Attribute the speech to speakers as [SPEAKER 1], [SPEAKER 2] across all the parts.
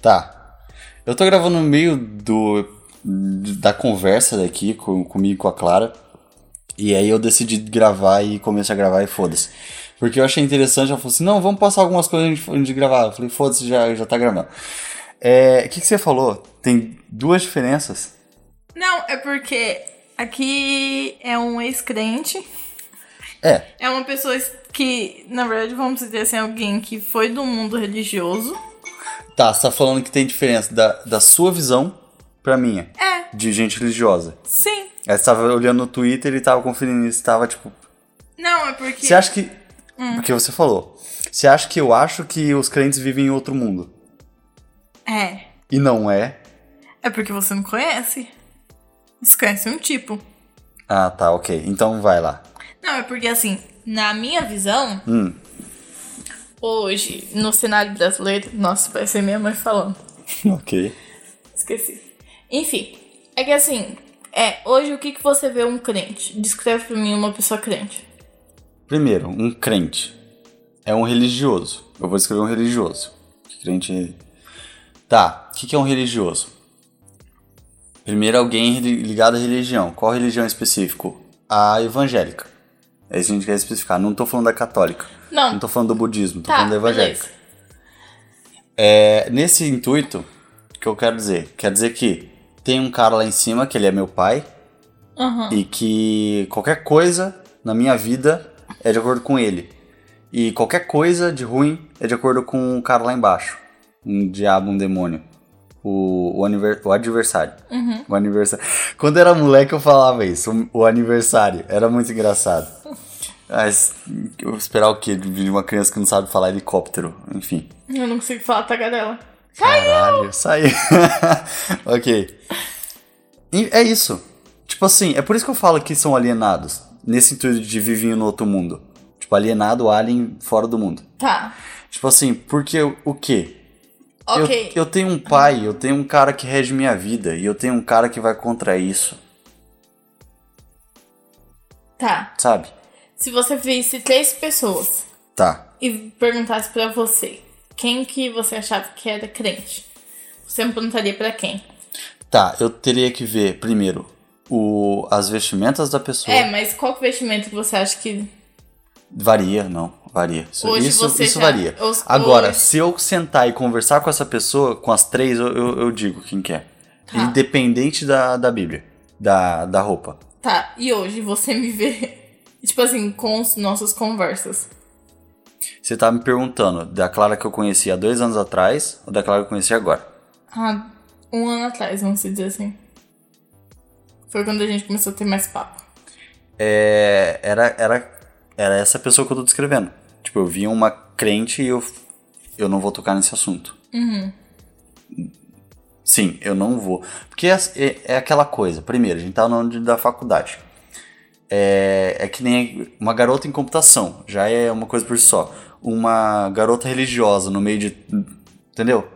[SPEAKER 1] Tá. Eu tô gravando no meio do, da conversa daqui com, comigo e com a Clara. E aí eu decidi gravar e comecei a gravar e foda-se. Porque eu achei interessante, ela falou assim, não, vamos passar algumas coisas antes de- antes de gravar. Eu falei, foda-se, já, já tá gravando. É, O que, que você falou? Tem duas diferenças.
[SPEAKER 2] Não, é porque aqui é um ex-crente.
[SPEAKER 1] É,
[SPEAKER 2] É uma pessoa que, na verdade, vamos dizer assim, alguém que foi do mundo religioso.
[SPEAKER 1] tá, você tá falando que tem diferença da, da sua visão pra minha.
[SPEAKER 2] É.
[SPEAKER 1] De gente religiosa.
[SPEAKER 2] Sim.
[SPEAKER 1] Aí você tava olhando no Twitter e tava conferindo isso, tava tipo.
[SPEAKER 2] Não, é porque.
[SPEAKER 1] Você acha que.
[SPEAKER 2] Hum.
[SPEAKER 1] Porque você falou. Você acha que eu acho que os crentes vivem em outro mundo?
[SPEAKER 2] É.
[SPEAKER 1] E não é.
[SPEAKER 2] É porque você não conhece. Você conhece um tipo.
[SPEAKER 1] Ah, tá, ok. Então vai lá.
[SPEAKER 2] Não, é porque assim, na minha visão,
[SPEAKER 1] Hum.
[SPEAKER 2] hoje, no cenário brasileiro, nossa, vai ser minha mãe falando.
[SPEAKER 1] ok.
[SPEAKER 2] Esqueci. Enfim, é que assim, é, hoje o que, que você vê um crente? Descreve pra mim uma pessoa crente.
[SPEAKER 1] Primeiro, um crente. É um religioso. Eu vou escrever um religioso. Que crente. é- Tá, o que, que é um religioso? Primeiro, alguém reli- ligado à religião. Qual religião em específico? A evangélica. É isso que a gente quer especificar. Não tô falando da católica.
[SPEAKER 2] Não.
[SPEAKER 1] Não tô falando do budismo, tô
[SPEAKER 2] tá,
[SPEAKER 1] falando da evangélica.
[SPEAKER 2] beleza.
[SPEAKER 1] É, nesse intuito, o que eu quero dizer? Quer dizer que tem um cara lá em cima que ele é meu pai
[SPEAKER 2] Aham.
[SPEAKER 1] e que qualquer coisa na minha vida é de acordo com ele. E qualquer coisa de ruim é de acordo com o cara lá embaixo. Um diabo, um demônio. O, o, aniver- o adversário. O aniversário. Quando eu era moleque eu falava isso, o, o aniversário. Era muito engraçado. Mas eu esperar o quê? De uma criança que não sabe falar helicóptero. Enfim.
[SPEAKER 2] Eu não consigo falar tá, tagarela.
[SPEAKER 1] Caralho, saiu. ok. E é isso. Tipo assim, é por isso que eu falo que são alienados. Nesse intuito de viver no outro mundo. Tipo, alienado, alien, fora do mundo.
[SPEAKER 2] Tá.
[SPEAKER 1] Tipo assim, porque o- o quê? Eu-
[SPEAKER 2] Ok.
[SPEAKER 1] Eu, tenho um pai, eu tenho um cara que rege minha vida. E eu tenho um cara que vai contra isso,
[SPEAKER 2] Tá.
[SPEAKER 1] sabe?
[SPEAKER 2] Se você visse três pessoas
[SPEAKER 1] Tá.
[SPEAKER 2] e perguntasse pra você quem que você achava que era crente, você me perguntaria pra quem?
[SPEAKER 1] Tá, eu teria que ver primeiro o, as vestimentas da pessoa.
[SPEAKER 2] É, mas qual que é o vestimento que você acha que.
[SPEAKER 1] Varia, não, varia. Isso,
[SPEAKER 2] Hoje
[SPEAKER 1] isso,
[SPEAKER 2] você
[SPEAKER 1] isso
[SPEAKER 2] já-
[SPEAKER 1] varia.
[SPEAKER 2] os-
[SPEAKER 1] Agora,
[SPEAKER 2] os-
[SPEAKER 1] se eu sentar e conversar com essa pessoa, com as três, eu, eu, eu digo quem que é.
[SPEAKER 2] Tá.
[SPEAKER 1] Independente da, da Bíblia, da, da roupa.
[SPEAKER 2] Tá, e hoje você me vê. Tipo assim, com as nossas conversas.
[SPEAKER 1] Você tá me perguntando da Clara que eu conheci há dois anos atrás ou da Clara que eu conheci agora?
[SPEAKER 2] Ah, um ano atrás, vamos dizer assim. Foi quando a gente começou a ter mais papo.
[SPEAKER 1] É, era, era, era essa pessoa que eu tô descrevendo. Tipo, eu vi uma crente e eu, eu não vou tocar nesse assunto. Sim, eu não vou. Porque é, é- é aquela coisa. Primeiro, a gente tá no ano de- da faculdade. É, é que nem uma garota em computação. Já é uma coisa por si só. Uma garota religiosa no meio de. Entendeu?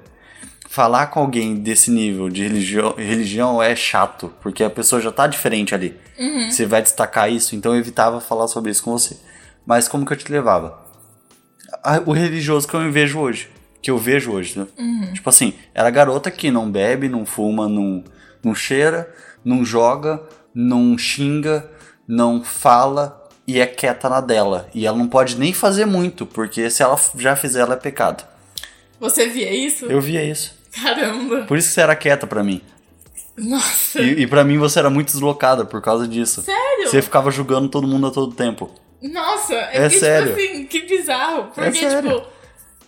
[SPEAKER 1] Falar com alguém desse nível de religião, religião é chato, porque a pessoa já tá diferente ali. Você vai destacar isso, então eu evitava falar sobre isso com você. Mas como que eu te levava? a- o religioso que eu me vejo hoje. Que eu vejo hoje, né?
[SPEAKER 2] Uhum.
[SPEAKER 1] Tipo assim, era garota que não bebe, não fuma, não, não cheira, não joga, não xinga, não fala e é quieta na dela. E ela não pode nem fazer muito, porque se ela f- já fizer, ela é pecado.
[SPEAKER 2] Você via isso?
[SPEAKER 1] Eu via isso.
[SPEAKER 2] Caramba!
[SPEAKER 1] Por isso que você era quieta pra mim.
[SPEAKER 2] Nossa!
[SPEAKER 1] E, e para mim você era muito deslocada por causa disso.
[SPEAKER 2] Sério?
[SPEAKER 1] Você ficava julgando todo mundo a todo tempo.
[SPEAKER 2] Nossa!
[SPEAKER 1] É
[SPEAKER 2] É, que,
[SPEAKER 1] sério. É
[SPEAKER 2] tipo assim, que bizarro. Porque,
[SPEAKER 1] sério.
[SPEAKER 2] tipo,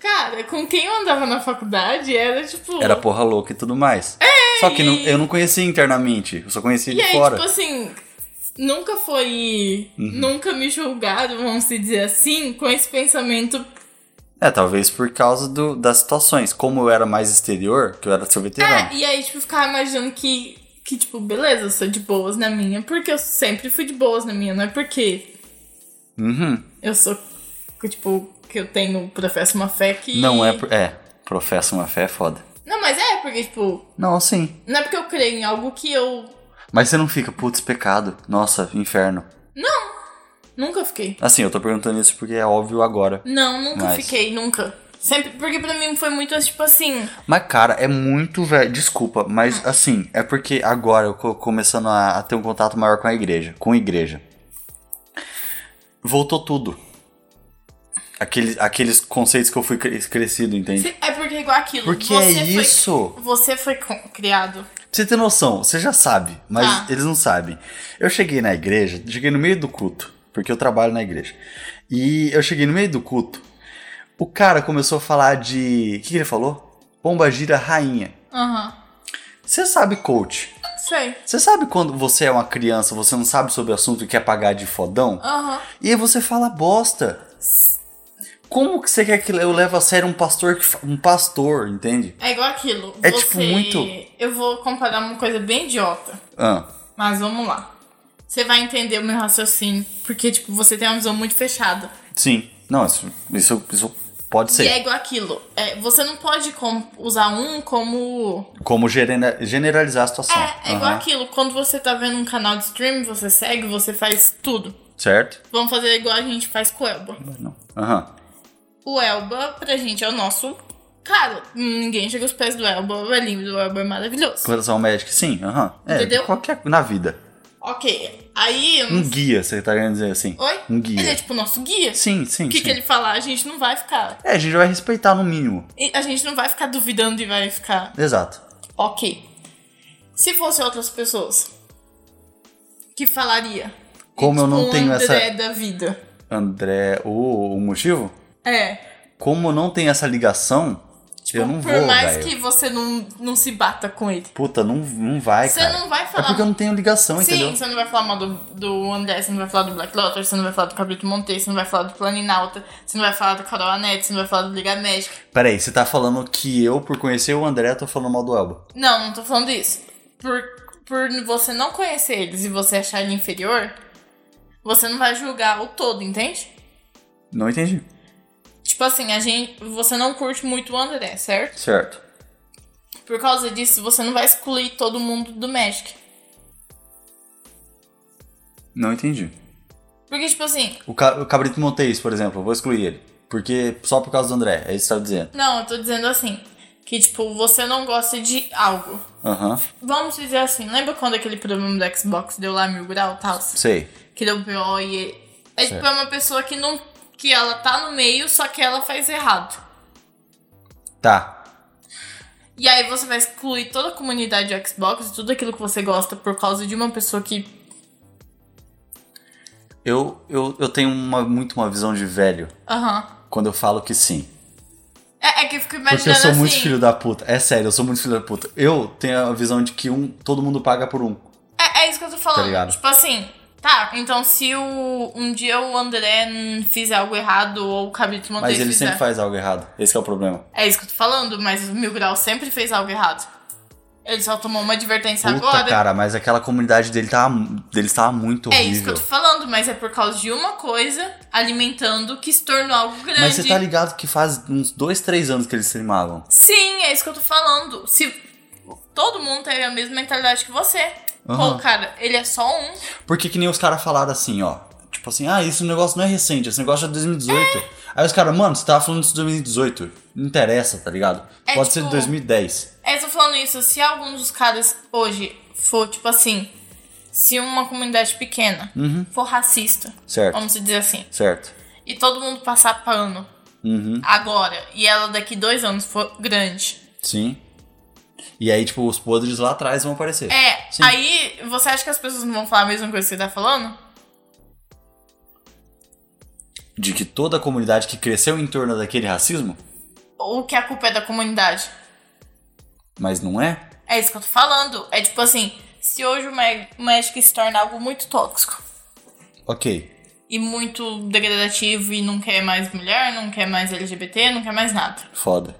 [SPEAKER 2] cara, com quem eu andava na faculdade era tipo.
[SPEAKER 1] Era porra louca e tudo mais. Só que não- eu não conhecia internamente, eu só conhecia
[SPEAKER 2] E
[SPEAKER 1] de
[SPEAKER 2] aí,
[SPEAKER 1] fora. Uhum.
[SPEAKER 2] tipo assim, nunca foi. Nunca me julgaram, vamos se dizer assim, com esse pensamento.
[SPEAKER 1] É, talvez por causa do- das situações. Como eu era mais exterior, que eu era sorveteirão.
[SPEAKER 2] Ah, e aí, tipo, ficava imaginando que, que, tipo, beleza, eu sou de boas na minha, porque eu sempre fui de boas na minha, não é porque
[SPEAKER 1] Uhum.
[SPEAKER 2] eu sou, que, tipo, que eu tenho, professo uma fé que.
[SPEAKER 1] Não é. por- É, professa uma fé é foda.
[SPEAKER 2] Não, mas é, porque, tipo,
[SPEAKER 1] Não, sim.
[SPEAKER 2] não é porque eu creio em algo que eu
[SPEAKER 1] Mas você não fica, putz, pecado. Nossa, inferno.
[SPEAKER 2] nunca fiquei.
[SPEAKER 1] Assim, eu tô perguntando isso porque é óbvio agora.
[SPEAKER 2] Não, nunca
[SPEAKER 1] Mas-
[SPEAKER 2] fiquei, nunca. Sempre, porque pra mim foi muito tipo assim.
[SPEAKER 1] Mas, cara, é muito velho. Desculpa, mas
[SPEAKER 2] Ah.
[SPEAKER 1] assim, é porque agora eu tô começando a, a ter um contato maior com a igreja. Com a igreja. Voltou tudo. Aqueles, aqueles conceitos que eu fui cre- crescido, entende?
[SPEAKER 2] se- É porque é igual aquilo.
[SPEAKER 1] Porque
[SPEAKER 2] você
[SPEAKER 1] é
[SPEAKER 2] foi,
[SPEAKER 1] isso.
[SPEAKER 2] Você foi com- criado.
[SPEAKER 1] Pra você ter noção, você já sabe, mas
[SPEAKER 2] Ah.
[SPEAKER 1] eles não sabem. Eu cheguei na igreja, cheguei no meio do culto, porque eu trabalho na igreja. E eu cheguei no meio do culto, o cara começou a falar de. O que, que ele falou? Pomba gira rainha.
[SPEAKER 2] Aham.
[SPEAKER 1] Você sabe, coach.
[SPEAKER 2] Sei.
[SPEAKER 1] Você sabe quando você é uma criança, você não sabe sobre o assunto e quer pagar de fodão?
[SPEAKER 2] Aham.
[SPEAKER 1] E aí você fala bosta. Como que você quer que eu leve a sério um pastor que. fa- Um pastor, entende?
[SPEAKER 2] É igual aquilo.
[SPEAKER 1] É,
[SPEAKER 2] Você-
[SPEAKER 1] tipo, muito-
[SPEAKER 2] Eu vou comparar uma coisa bem idiota.
[SPEAKER 1] Ah,
[SPEAKER 2] Mas vamos lá. Você vai entender o meu raciocínio. Porque, tipo, você tem uma visão muito fechada.
[SPEAKER 1] sim. Não, isso, isso, isso pode ser.
[SPEAKER 2] E é igual aquilo. É, você não pode com- usar um como.
[SPEAKER 1] Como geren- generalizar a situação.
[SPEAKER 2] É, é igual
[SPEAKER 1] Aham.
[SPEAKER 2] aquilo. Quando você tá vendo um canal de stream, você segue, você faz tudo.
[SPEAKER 1] Certo?
[SPEAKER 2] Vamos fazer igual a gente faz com o Elba.
[SPEAKER 1] Não. Aham.
[SPEAKER 2] O Elba, pra gente, é o nosso. Cara, ninguém chega aos pés do Elba. O velhinho do Elba é maravilhoso.
[SPEAKER 1] Com relação ao médico, sim. Aham. É,
[SPEAKER 2] Entendeu?
[SPEAKER 1] qualquer na vida.
[SPEAKER 2] Ok. Aí.
[SPEAKER 1] Um guia, você tá querendo dizer assim.
[SPEAKER 2] Oi?
[SPEAKER 1] Um guia.
[SPEAKER 2] Ele é tipo o nosso guia.
[SPEAKER 1] Sim, sim,
[SPEAKER 2] O que,
[SPEAKER 1] sim.
[SPEAKER 2] que ele falar, a gente não vai ficar.
[SPEAKER 1] É, a gente vai respeitar no mínimo.
[SPEAKER 2] e A gente não vai ficar duvidando e vai ficar.
[SPEAKER 1] Exato.
[SPEAKER 2] Ok. Se fosse outras pessoas, que falaria?
[SPEAKER 1] Como eu não
[SPEAKER 2] o
[SPEAKER 1] tenho
[SPEAKER 2] André
[SPEAKER 1] essa-
[SPEAKER 2] da vida.
[SPEAKER 1] André, o, o motivo?
[SPEAKER 2] É.
[SPEAKER 1] Como eu não tenho essa ligação, eu não
[SPEAKER 2] Tipo, Por
[SPEAKER 1] vou,
[SPEAKER 2] mais
[SPEAKER 1] velho.
[SPEAKER 2] que você não, não se bata com ele.
[SPEAKER 1] Puta, não, não vai,
[SPEAKER 2] Você
[SPEAKER 1] cara.
[SPEAKER 2] não vai falar-
[SPEAKER 1] É porque eu não tenho ligação,
[SPEAKER 2] Sim,
[SPEAKER 1] entendeu?
[SPEAKER 2] você não vai falar mal do, do André, você não vai falar do Black Lotus, você não vai falar do Cabrito Monteiro, você não vai falar do Planinauta, você não vai falar do Carol Anete, você não vai falar do Liga Médica.
[SPEAKER 1] Peraí, você tá falando que eu, por conhecer o André, tô falando mal do Elba.
[SPEAKER 2] Não, não tô falando isso. Por, por você não conhecer eles e você achar ele inferior, você não vai julgar o todo, entende?
[SPEAKER 1] Não entendi.
[SPEAKER 2] Tipo assim, a gente, você não curte muito o André, certo?
[SPEAKER 1] Certo.
[SPEAKER 2] Por causa disso, você não vai excluir todo mundo do Magic.
[SPEAKER 1] Não entendi.
[SPEAKER 2] Porque, tipo assim,
[SPEAKER 1] O, Ca- o Cabrito Monteis, por exemplo, eu vou excluir ele. Porque só por causa do André, é isso que você tá dizendo.
[SPEAKER 2] não, eu tô dizendo assim, que tipo, você não gosta de algo.
[SPEAKER 1] Aham,
[SPEAKER 2] Vamos dizer assim, lembra quando aquele problema do Xbox deu lá mil grau e tal?
[SPEAKER 1] sei.
[SPEAKER 2] que deu BO e ele- é tipo é uma pessoa que não que ela tá no meio, só que ela faz errado.
[SPEAKER 1] Tá,
[SPEAKER 2] E aí você vai excluir toda a comunidade de Xbox, tudo aquilo que você gosta por causa de uma pessoa que
[SPEAKER 1] eu, eu, eu tenho uma, muito uma visão de velho
[SPEAKER 2] aham.
[SPEAKER 1] quando eu falo que sim.
[SPEAKER 2] É, é que eu fico
[SPEAKER 1] Porque
[SPEAKER 2] imaginando
[SPEAKER 1] eu sou
[SPEAKER 2] assim.
[SPEAKER 1] muito filho da puta. É sério, eu sou muito filho da puta. Eu tenho a visão de que um, todo mundo paga por um.
[SPEAKER 2] É, é isso que eu tô
[SPEAKER 1] Tá
[SPEAKER 2] falando.
[SPEAKER 1] ligado?
[SPEAKER 2] tipo assim, tá, então se o, um dia o André hum, fizer algo errado ou o Cabrito Monteiro
[SPEAKER 1] Mas ele
[SPEAKER 2] fizer.
[SPEAKER 1] sempre faz algo errado. Esse que é o problema.
[SPEAKER 2] É isso que eu tô falando, mas o Mil Grau sempre fez algo errado. Ele só tomou uma advertência
[SPEAKER 1] Puta,
[SPEAKER 2] agora.
[SPEAKER 1] cara, mas aquela comunidade dele tava, mu- deles tava muito
[SPEAKER 2] É isso que
[SPEAKER 1] horrível.
[SPEAKER 2] eu tô falando, mas é por causa de uma coisa alimentando que se tornou algo grande.
[SPEAKER 1] mas você tá ligado que faz uns dois, três anos que eles streamavam.
[SPEAKER 2] Sim, é isso que eu tô falando. Se todo mundo teve a mesma mentalidade que você.
[SPEAKER 1] Aham.
[SPEAKER 2] Pô, cara, ele é só um.
[SPEAKER 1] Porque que nem os caras falaram assim, ó. Tipo assim, ah, esse negócio não é recente, esse negócio é de 2018. Aí os caras, mano, você tava falando isso de 2018. Não interessa, tá ligado?
[SPEAKER 2] É,
[SPEAKER 1] Pode ser de
[SPEAKER 2] tipo,
[SPEAKER 1] 2010.
[SPEAKER 2] É, eu tô falando isso. Se alguns dos caras hoje for, tipo assim, se uma comunidade pequena for racista,
[SPEAKER 1] Uhum. Certo.
[SPEAKER 2] vamos dizer assim,
[SPEAKER 1] Certo.
[SPEAKER 2] e todo mundo passar pano agora, e ela daqui dois anos for grande.
[SPEAKER 1] Sim. E aí, tipo, os podres lá atrás vão aparecer.
[SPEAKER 2] É,
[SPEAKER 1] Sim.
[SPEAKER 2] aí você acha que as pessoas não vão falar a mesma coisa que você tá falando?
[SPEAKER 1] De que toda a comunidade que cresceu em torno daquele racismo,
[SPEAKER 2] ou que a culpa é da comunidade.
[SPEAKER 1] mas não é.
[SPEAKER 2] É isso que eu tô falando. É tipo assim, se hoje o Ma- Magic se torna algo muito tóxico
[SPEAKER 1] Ok.
[SPEAKER 2] e muito degradativo e não quer mais mulher, não quer mais LGBT, não quer mais nada.
[SPEAKER 1] Foda.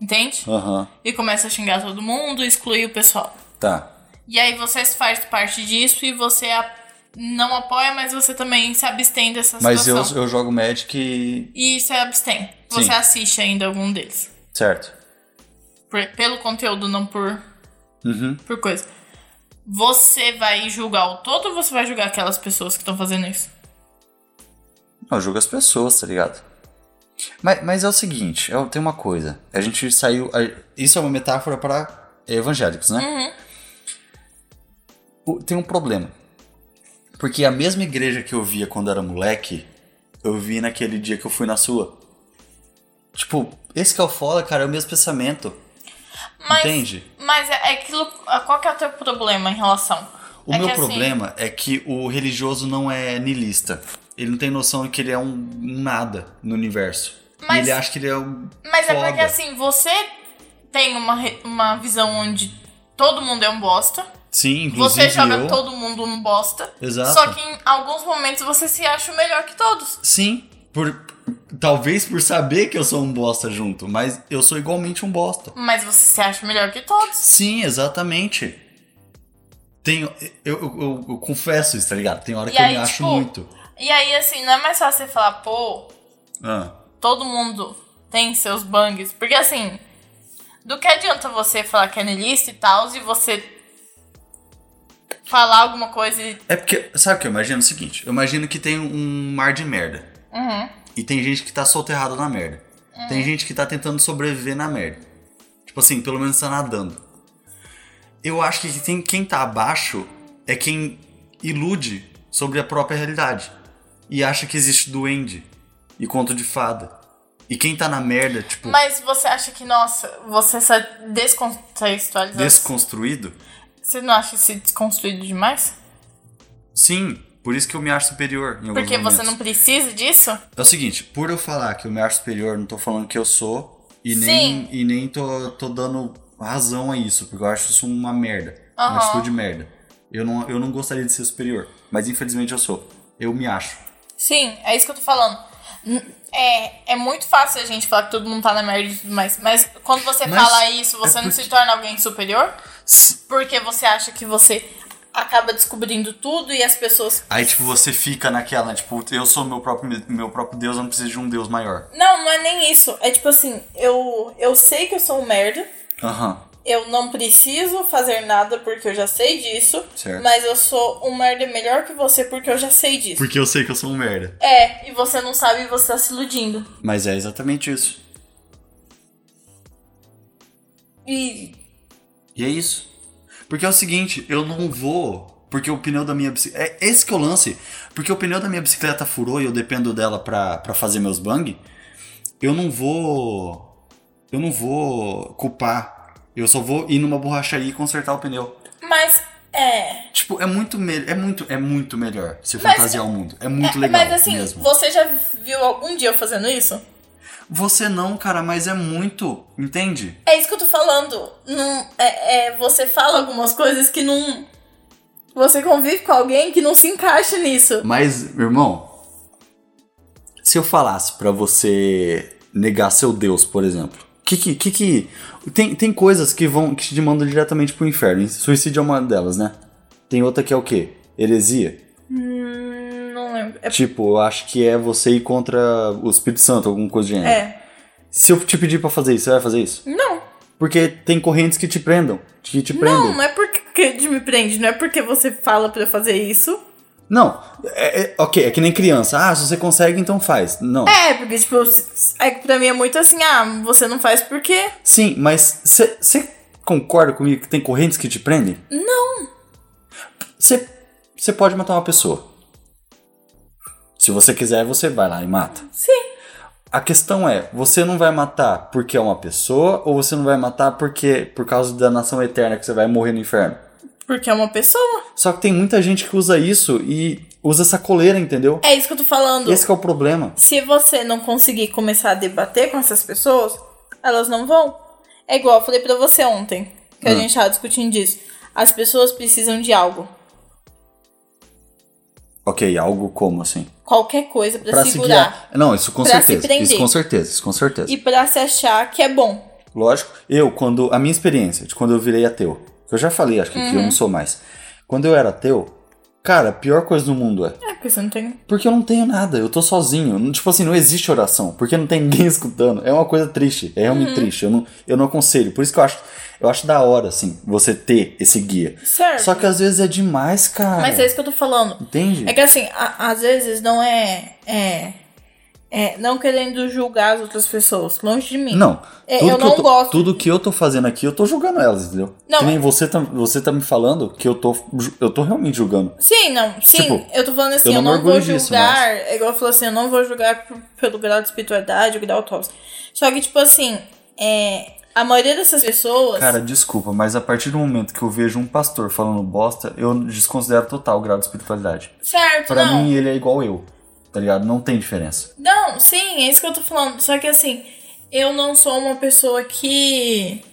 [SPEAKER 2] Entende?
[SPEAKER 1] Aham.
[SPEAKER 2] E começa a xingar todo mundo, excluir o pessoal.
[SPEAKER 1] Tá.
[SPEAKER 2] E aí você faz parte disso e você a- não apoia, mas você também se abstém dessa
[SPEAKER 1] Mas eu,
[SPEAKER 2] situação.
[SPEAKER 1] eu jogo Magic e.
[SPEAKER 2] E se abstém. Você
[SPEAKER 1] Sim.
[SPEAKER 2] assiste ainda algum deles.
[SPEAKER 1] Certo.
[SPEAKER 2] Por- pelo conteúdo, não por
[SPEAKER 1] Uhum.
[SPEAKER 2] por coisa. Você vai julgar o todo ou você vai julgar aquelas pessoas que estão fazendo isso?
[SPEAKER 1] Eu jogo as pessoas, tá ligado? Mas, mas é o seguinte, eu, tem uma coisa. A gente saiu. a- isso é uma metáfora para evangélicos, né? O- tem um problema. Porque a mesma igreja que eu via quando era moleque, eu vi naquele dia que eu fui na sua. Tipo, esse que eu falo, cara, é o mesmo pensamento.
[SPEAKER 2] Mas,
[SPEAKER 1] Entende?
[SPEAKER 2] Mas é é aquilo. Qual que é o teu problema em relação?
[SPEAKER 1] O
[SPEAKER 2] É
[SPEAKER 1] meu
[SPEAKER 2] que, assim,
[SPEAKER 1] problema é que o religioso não é niilista. Ele não tem noção de que ele é um nada no universo.
[SPEAKER 2] Mas-
[SPEAKER 1] E ele acha que ele é um.
[SPEAKER 2] Mas é
[SPEAKER 1] foda.
[SPEAKER 2] porque assim, você tem uma, re- uma visão onde todo mundo é um bosta.
[SPEAKER 1] Sim, inclusive
[SPEAKER 2] Você joga
[SPEAKER 1] eu.
[SPEAKER 2] todo mundo um bosta.
[SPEAKER 1] Exato.
[SPEAKER 2] Só que em alguns momentos você se acha o melhor que todos.
[SPEAKER 1] Sim, por talvez por saber que eu sou um bosta junto, mas eu sou igualmente um bosta.
[SPEAKER 2] Mas você se acha melhor que todos.
[SPEAKER 1] Sim, exatamente. Tenho, eu, eu, eu- eu confesso isso, tá ligado? Tem hora
[SPEAKER 2] E
[SPEAKER 1] que eu
[SPEAKER 2] aí,
[SPEAKER 1] me acho
[SPEAKER 2] tipo,
[SPEAKER 1] muito.
[SPEAKER 2] E aí, assim, não é mais fácil você falar, pô,
[SPEAKER 1] Ah,
[SPEAKER 2] todo mundo tem seus bangs. Porque assim, do que adianta você falar que é niilista e tal, e você falar alguma coisa e.
[SPEAKER 1] É porque, sabe o que eu imagino? É o seguinte, eu imagino que tem um mar de merda.
[SPEAKER 2] Uhum.
[SPEAKER 1] E tem gente que tá soterrada na merda.
[SPEAKER 2] É.
[SPEAKER 1] Tem gente que tá tentando sobreviver na merda. Tipo assim, pelo menos tá nadando. Eu acho que tem, quem tá abaixo é quem ilude sobre a própria realidade. E acha que existe duende e conto de fada. E quem tá na merda, tipo,
[SPEAKER 2] Mas você acha que, nossa, você essa descontextualização.
[SPEAKER 1] desconstruído,
[SPEAKER 2] Você não acha isso desconstruído demais?
[SPEAKER 1] sim, por isso que eu me acho superior em alguns
[SPEAKER 2] Porque você
[SPEAKER 1] momentos.
[SPEAKER 2] não precisa disso?
[SPEAKER 1] É o seguinte, por eu falar que eu me acho superior, não tô falando que eu sou, e
[SPEAKER 2] Sim.
[SPEAKER 1] nem, e nem tô, tô dando razão a isso, porque eu acho isso uma merda. Uma
[SPEAKER 2] Aham.
[SPEAKER 1] atitude de merda. Eu não, eu não gostaria de ser superior, mas infelizmente eu sou. Eu me acho.
[SPEAKER 2] Sim, é isso que eu tô falando. N- É, é muito fácil a gente falar que todo mundo tá na merda e tudo mais, mas quando você
[SPEAKER 1] Mas
[SPEAKER 2] fala isso, você
[SPEAKER 1] é
[SPEAKER 2] não se
[SPEAKER 1] porque-
[SPEAKER 2] torna alguém superior?
[SPEAKER 1] S-
[SPEAKER 2] Porque você acha que você acaba descobrindo tudo e as pessoas.
[SPEAKER 1] Aí, tipo, você fica naquela, tipo, eu sou meu próprio, meu próprio Deus, eu não preciso de um Deus maior.
[SPEAKER 2] Não, não é nem isso. É tipo assim, eu, eu sei que eu sou um merda.
[SPEAKER 1] Aham.
[SPEAKER 2] Eu não preciso fazer nada porque eu já sei disso.
[SPEAKER 1] Certo.
[SPEAKER 2] Mas eu sou um merda melhor que você porque eu já sei disso.
[SPEAKER 1] Porque eu sei que eu sou um merda.
[SPEAKER 2] É, e você não sabe e você tá se iludindo.
[SPEAKER 1] Mas é exatamente isso.
[SPEAKER 2] E.
[SPEAKER 1] E é isso. Porque é o seguinte, eu não vou. Porque o pneu da minha bicicleta. É esse que é o lance. Porque o pneu da minha bicicleta furou e eu dependo dela pra, pra fazer meus bang. Eu não vou. Eu não vou culpar. Eu só vou ir numa borracharia e consertar o pneu.
[SPEAKER 2] Mas. É.
[SPEAKER 1] Tipo, é muito melhor. É muito, é muito melhor se
[SPEAKER 2] Mas-
[SPEAKER 1] fantasiar o mundo. É muito
[SPEAKER 2] É,
[SPEAKER 1] legal
[SPEAKER 2] Mas assim,
[SPEAKER 1] mesmo.
[SPEAKER 2] você já viu algum dia eu fazendo isso?
[SPEAKER 1] Você não, cara, mas é muito. Entende?
[SPEAKER 2] É isso que eu tô falando. Não, é, é, você fala algumas coisas que não. Você convive com alguém que não se encaixa nisso.
[SPEAKER 1] Mas, meu irmão, se eu falasse pra você negar seu Deus, por exemplo, que que, que, que- tem, tem coisas que vão que te mandam diretamente pro inferno. e Suicídio é uma delas, né? Tem outra que é o quê? Heresia.
[SPEAKER 2] Hum, não lembro. É.
[SPEAKER 1] Tipo, eu acho que é você ir contra o Espírito Santo, alguma coisa do gênero.
[SPEAKER 2] é.
[SPEAKER 1] Se eu te pedir pra fazer isso, você vai fazer isso?
[SPEAKER 2] Não,
[SPEAKER 1] Porque tem correntes que te prendam, que te prendem.
[SPEAKER 2] não, não é porque de me prende, não é porque você fala pra eu fazer isso.
[SPEAKER 1] Não, é- é- ok, é que nem criança. Ah, se você consegue, então faz. Não.
[SPEAKER 2] É, porque, tipo, se- é que pra mim é muito assim, ah, você não faz por quê?
[SPEAKER 1] Sim, mas você concorda comigo que tem correntes que te prendem? Não. Você pode matar uma pessoa. Se você quiser, você vai lá e mata.
[SPEAKER 2] Sim.
[SPEAKER 1] A questão é, você não vai matar porque é uma pessoa ou você não vai matar porque por causa da nação eterna que você vai morrer no inferno?
[SPEAKER 2] Porque é uma pessoa.
[SPEAKER 1] Só que tem muita gente que usa isso e usa essa coleira, entendeu?
[SPEAKER 2] É isso que eu tô falando.
[SPEAKER 1] Esse que é o problema.
[SPEAKER 2] se você não conseguir começar a debater com essas pessoas, elas não vão. É igual eu falei pra você ontem, que a
[SPEAKER 1] Hum.
[SPEAKER 2] gente tava discutindo disso. As pessoas precisam de algo,
[SPEAKER 1] Ok, algo como assim?
[SPEAKER 2] qualquer coisa pra,
[SPEAKER 1] Pra se
[SPEAKER 2] segurar
[SPEAKER 1] guiar. Não, isso com
[SPEAKER 2] Pra se
[SPEAKER 1] certeza.
[SPEAKER 2] prender.
[SPEAKER 1] isso com certeza, isso com certeza.
[SPEAKER 2] e pra se achar que é bom.
[SPEAKER 1] Lógico. Eu, quando. A minha experiência de quando eu virei ateu. que Eu já falei, acho que, que eu
[SPEAKER 2] Uhum.
[SPEAKER 1] não sou mais. Quando eu era ateu, cara, a pior coisa do mundo é.
[SPEAKER 2] É, porque você não tem.
[SPEAKER 1] Porque eu não tenho nada, eu tô sozinho. Não- Tipo assim, não existe oração, porque não tem ninguém escutando. É uma coisa triste, é realmente
[SPEAKER 2] Uhum.
[SPEAKER 1] triste. Eu não, eu não aconselho. Por isso que eu acho, eu acho da hora, assim, você ter esse guia.
[SPEAKER 2] Certo.
[SPEAKER 1] Só que às vezes é demais, cara.
[SPEAKER 2] Mas é isso que eu tô falando.
[SPEAKER 1] Entende?
[SPEAKER 2] É que assim, a- às vezes não é, é. É, não querendo julgar as outras pessoas, longe de mim.
[SPEAKER 1] Não.
[SPEAKER 2] É,
[SPEAKER 1] tudo
[SPEAKER 2] eu
[SPEAKER 1] que
[SPEAKER 2] não
[SPEAKER 1] tô,
[SPEAKER 2] gosto.
[SPEAKER 1] Tudo que eu tô fazendo aqui, eu tô julgando elas, entendeu?
[SPEAKER 2] Não, é
[SPEAKER 1] que nem você tá, você tá me falando que eu tô, ju- eu tô realmente julgando.
[SPEAKER 2] Sim, não, sim.
[SPEAKER 1] Tipo,
[SPEAKER 2] eu tô falando assim,
[SPEAKER 1] eu
[SPEAKER 2] eu
[SPEAKER 1] não me
[SPEAKER 2] não, vou
[SPEAKER 1] orgulho disso,
[SPEAKER 2] julgar. É igual eu falo assim, eu não vou julgar p- pelo grau de espiritualidade, o grau tóxico. Só que, tipo assim, é, a maioria dessas pessoas.
[SPEAKER 1] Cara, desculpa, mas a partir do momento que eu vejo um pastor falando bosta, eu desconsidero total o grau de espiritualidade.
[SPEAKER 2] certo,
[SPEAKER 1] Pra
[SPEAKER 2] não.
[SPEAKER 1] mim, ele é igual eu, tá ligado? Não tem diferença.
[SPEAKER 2] Não, sim, é isso que eu tô falando. Só que assim, eu não sou uma pessoa que.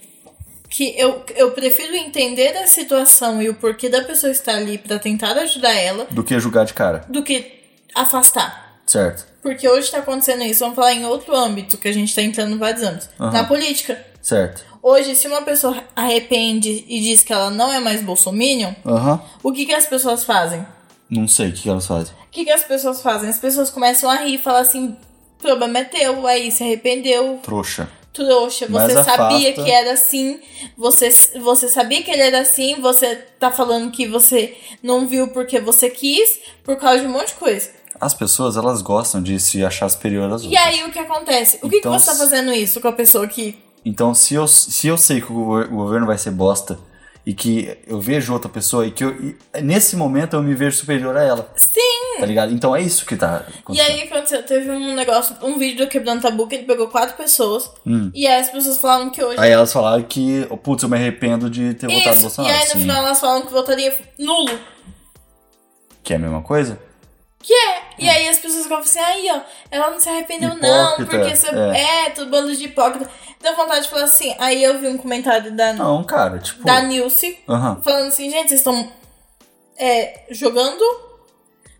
[SPEAKER 2] Que eu, eu prefiro entender a situação e o porquê da pessoa estar ali pra tentar ajudar ela
[SPEAKER 1] Do que julgar de cara,
[SPEAKER 2] do que afastar.
[SPEAKER 1] certo?
[SPEAKER 2] Porque hoje tá acontecendo isso, vamos falar em outro âmbito, que a gente tá entrando em vários âmbitos.
[SPEAKER 1] Aham.
[SPEAKER 2] Na política.
[SPEAKER 1] Certo.
[SPEAKER 2] Hoje, se uma pessoa arrepende e diz que ela não é mais bolsominion,
[SPEAKER 1] Aham.
[SPEAKER 2] o que, que as pessoas fazem?
[SPEAKER 1] Não sei o que que elas fazem.
[SPEAKER 2] O que, que as pessoas fazem? As pessoas começam a rir e falam assim: problema é teu, aí se arrependeu,
[SPEAKER 1] Trouxa.
[SPEAKER 2] trouxa,
[SPEAKER 1] Mas
[SPEAKER 2] você sabia
[SPEAKER 1] afasta.
[SPEAKER 2] que era assim, você, você sabia que ele era assim, você tá falando que você não viu porque você quis, por causa de um monte de coisa.
[SPEAKER 1] As pessoas, elas gostam de se achar superior às
[SPEAKER 2] E
[SPEAKER 1] outras.
[SPEAKER 2] aí o que acontece? O que,
[SPEAKER 1] Então,
[SPEAKER 2] que você tá
[SPEAKER 1] se-
[SPEAKER 2] fazendo isso com a pessoa que
[SPEAKER 1] Então, se eu, se eu sei que o gover- o governo vai ser bosta e que eu vejo outra pessoa e que eu, e nesse momento eu me vejo superior a ela. Sim! Tá ligado? Então é isso que tá acontecendo.
[SPEAKER 2] E aí o que aconteceu? Teve um negócio, um vídeo do Quebrando Tabu que ele pegou quatro pessoas.
[SPEAKER 1] Hum.
[SPEAKER 2] E aí as pessoas falaram que hoje.
[SPEAKER 1] Aí elas falaram que, oh, putz, eu me arrependo de ter votado no
[SPEAKER 2] Isso, e
[SPEAKER 1] Bolsonaro.
[SPEAKER 2] aí no
[SPEAKER 1] Sim.
[SPEAKER 2] final elas falam que votaria nulo.
[SPEAKER 1] Que é a mesma coisa?
[SPEAKER 2] E aí as pessoas ficam assim, aí ó, ela não se arrependeu não,
[SPEAKER 1] Hipócrita,
[SPEAKER 2] porque você é, tudo bando de hipócrita. Dá vontade de falar assim, aí eu vi um comentário da,
[SPEAKER 1] Não, cara, tipo.
[SPEAKER 2] da Nilce
[SPEAKER 1] Aham.
[SPEAKER 2] falando assim, gente, vocês estão é, jogando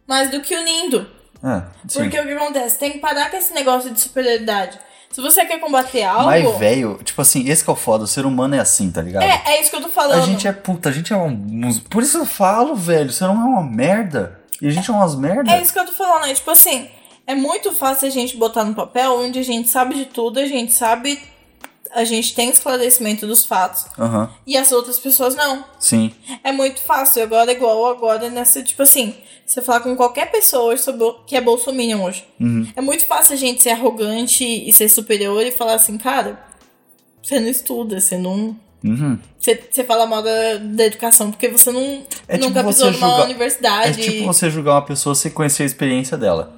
[SPEAKER 2] mais do que unindo.
[SPEAKER 1] É, sim.
[SPEAKER 2] Porque o que acontece? Tem que parar com esse negócio de superioridade. Se você quer combater algo.
[SPEAKER 1] Mas, velho, tipo assim, esse que é o foda, o ser humano é assim, tá ligado?
[SPEAKER 2] É, é isso que eu tô falando.
[SPEAKER 1] A gente é puta, a gente é um. uns- Por isso eu falo, velho, você não é uma merda. E a gente é umas merdas.
[SPEAKER 2] É isso que eu tô falando, é tipo assim, é muito fácil a gente botar no papel onde a gente sabe de tudo, a gente sabe, a gente tem esclarecimento dos fatos
[SPEAKER 1] Aham,
[SPEAKER 2] e as outras pessoas não.
[SPEAKER 1] sim.
[SPEAKER 2] É muito fácil, agora é igual agora nessa, tipo assim, você falar com qualquer pessoa hoje sobre o que é bolsominion hoje.
[SPEAKER 1] Uhum.
[SPEAKER 2] É muito fácil a gente ser arrogante e ser superior e falar assim, cara, você não estuda, você não...
[SPEAKER 1] Uhum.
[SPEAKER 2] Você, você fala mal da, da educação porque você não
[SPEAKER 1] É tipo
[SPEAKER 2] nunca
[SPEAKER 1] você
[SPEAKER 2] pisou numa
[SPEAKER 1] julgar- É
[SPEAKER 2] universidade.
[SPEAKER 1] tipo você julgar uma pessoa sem conhecer a experiência dela.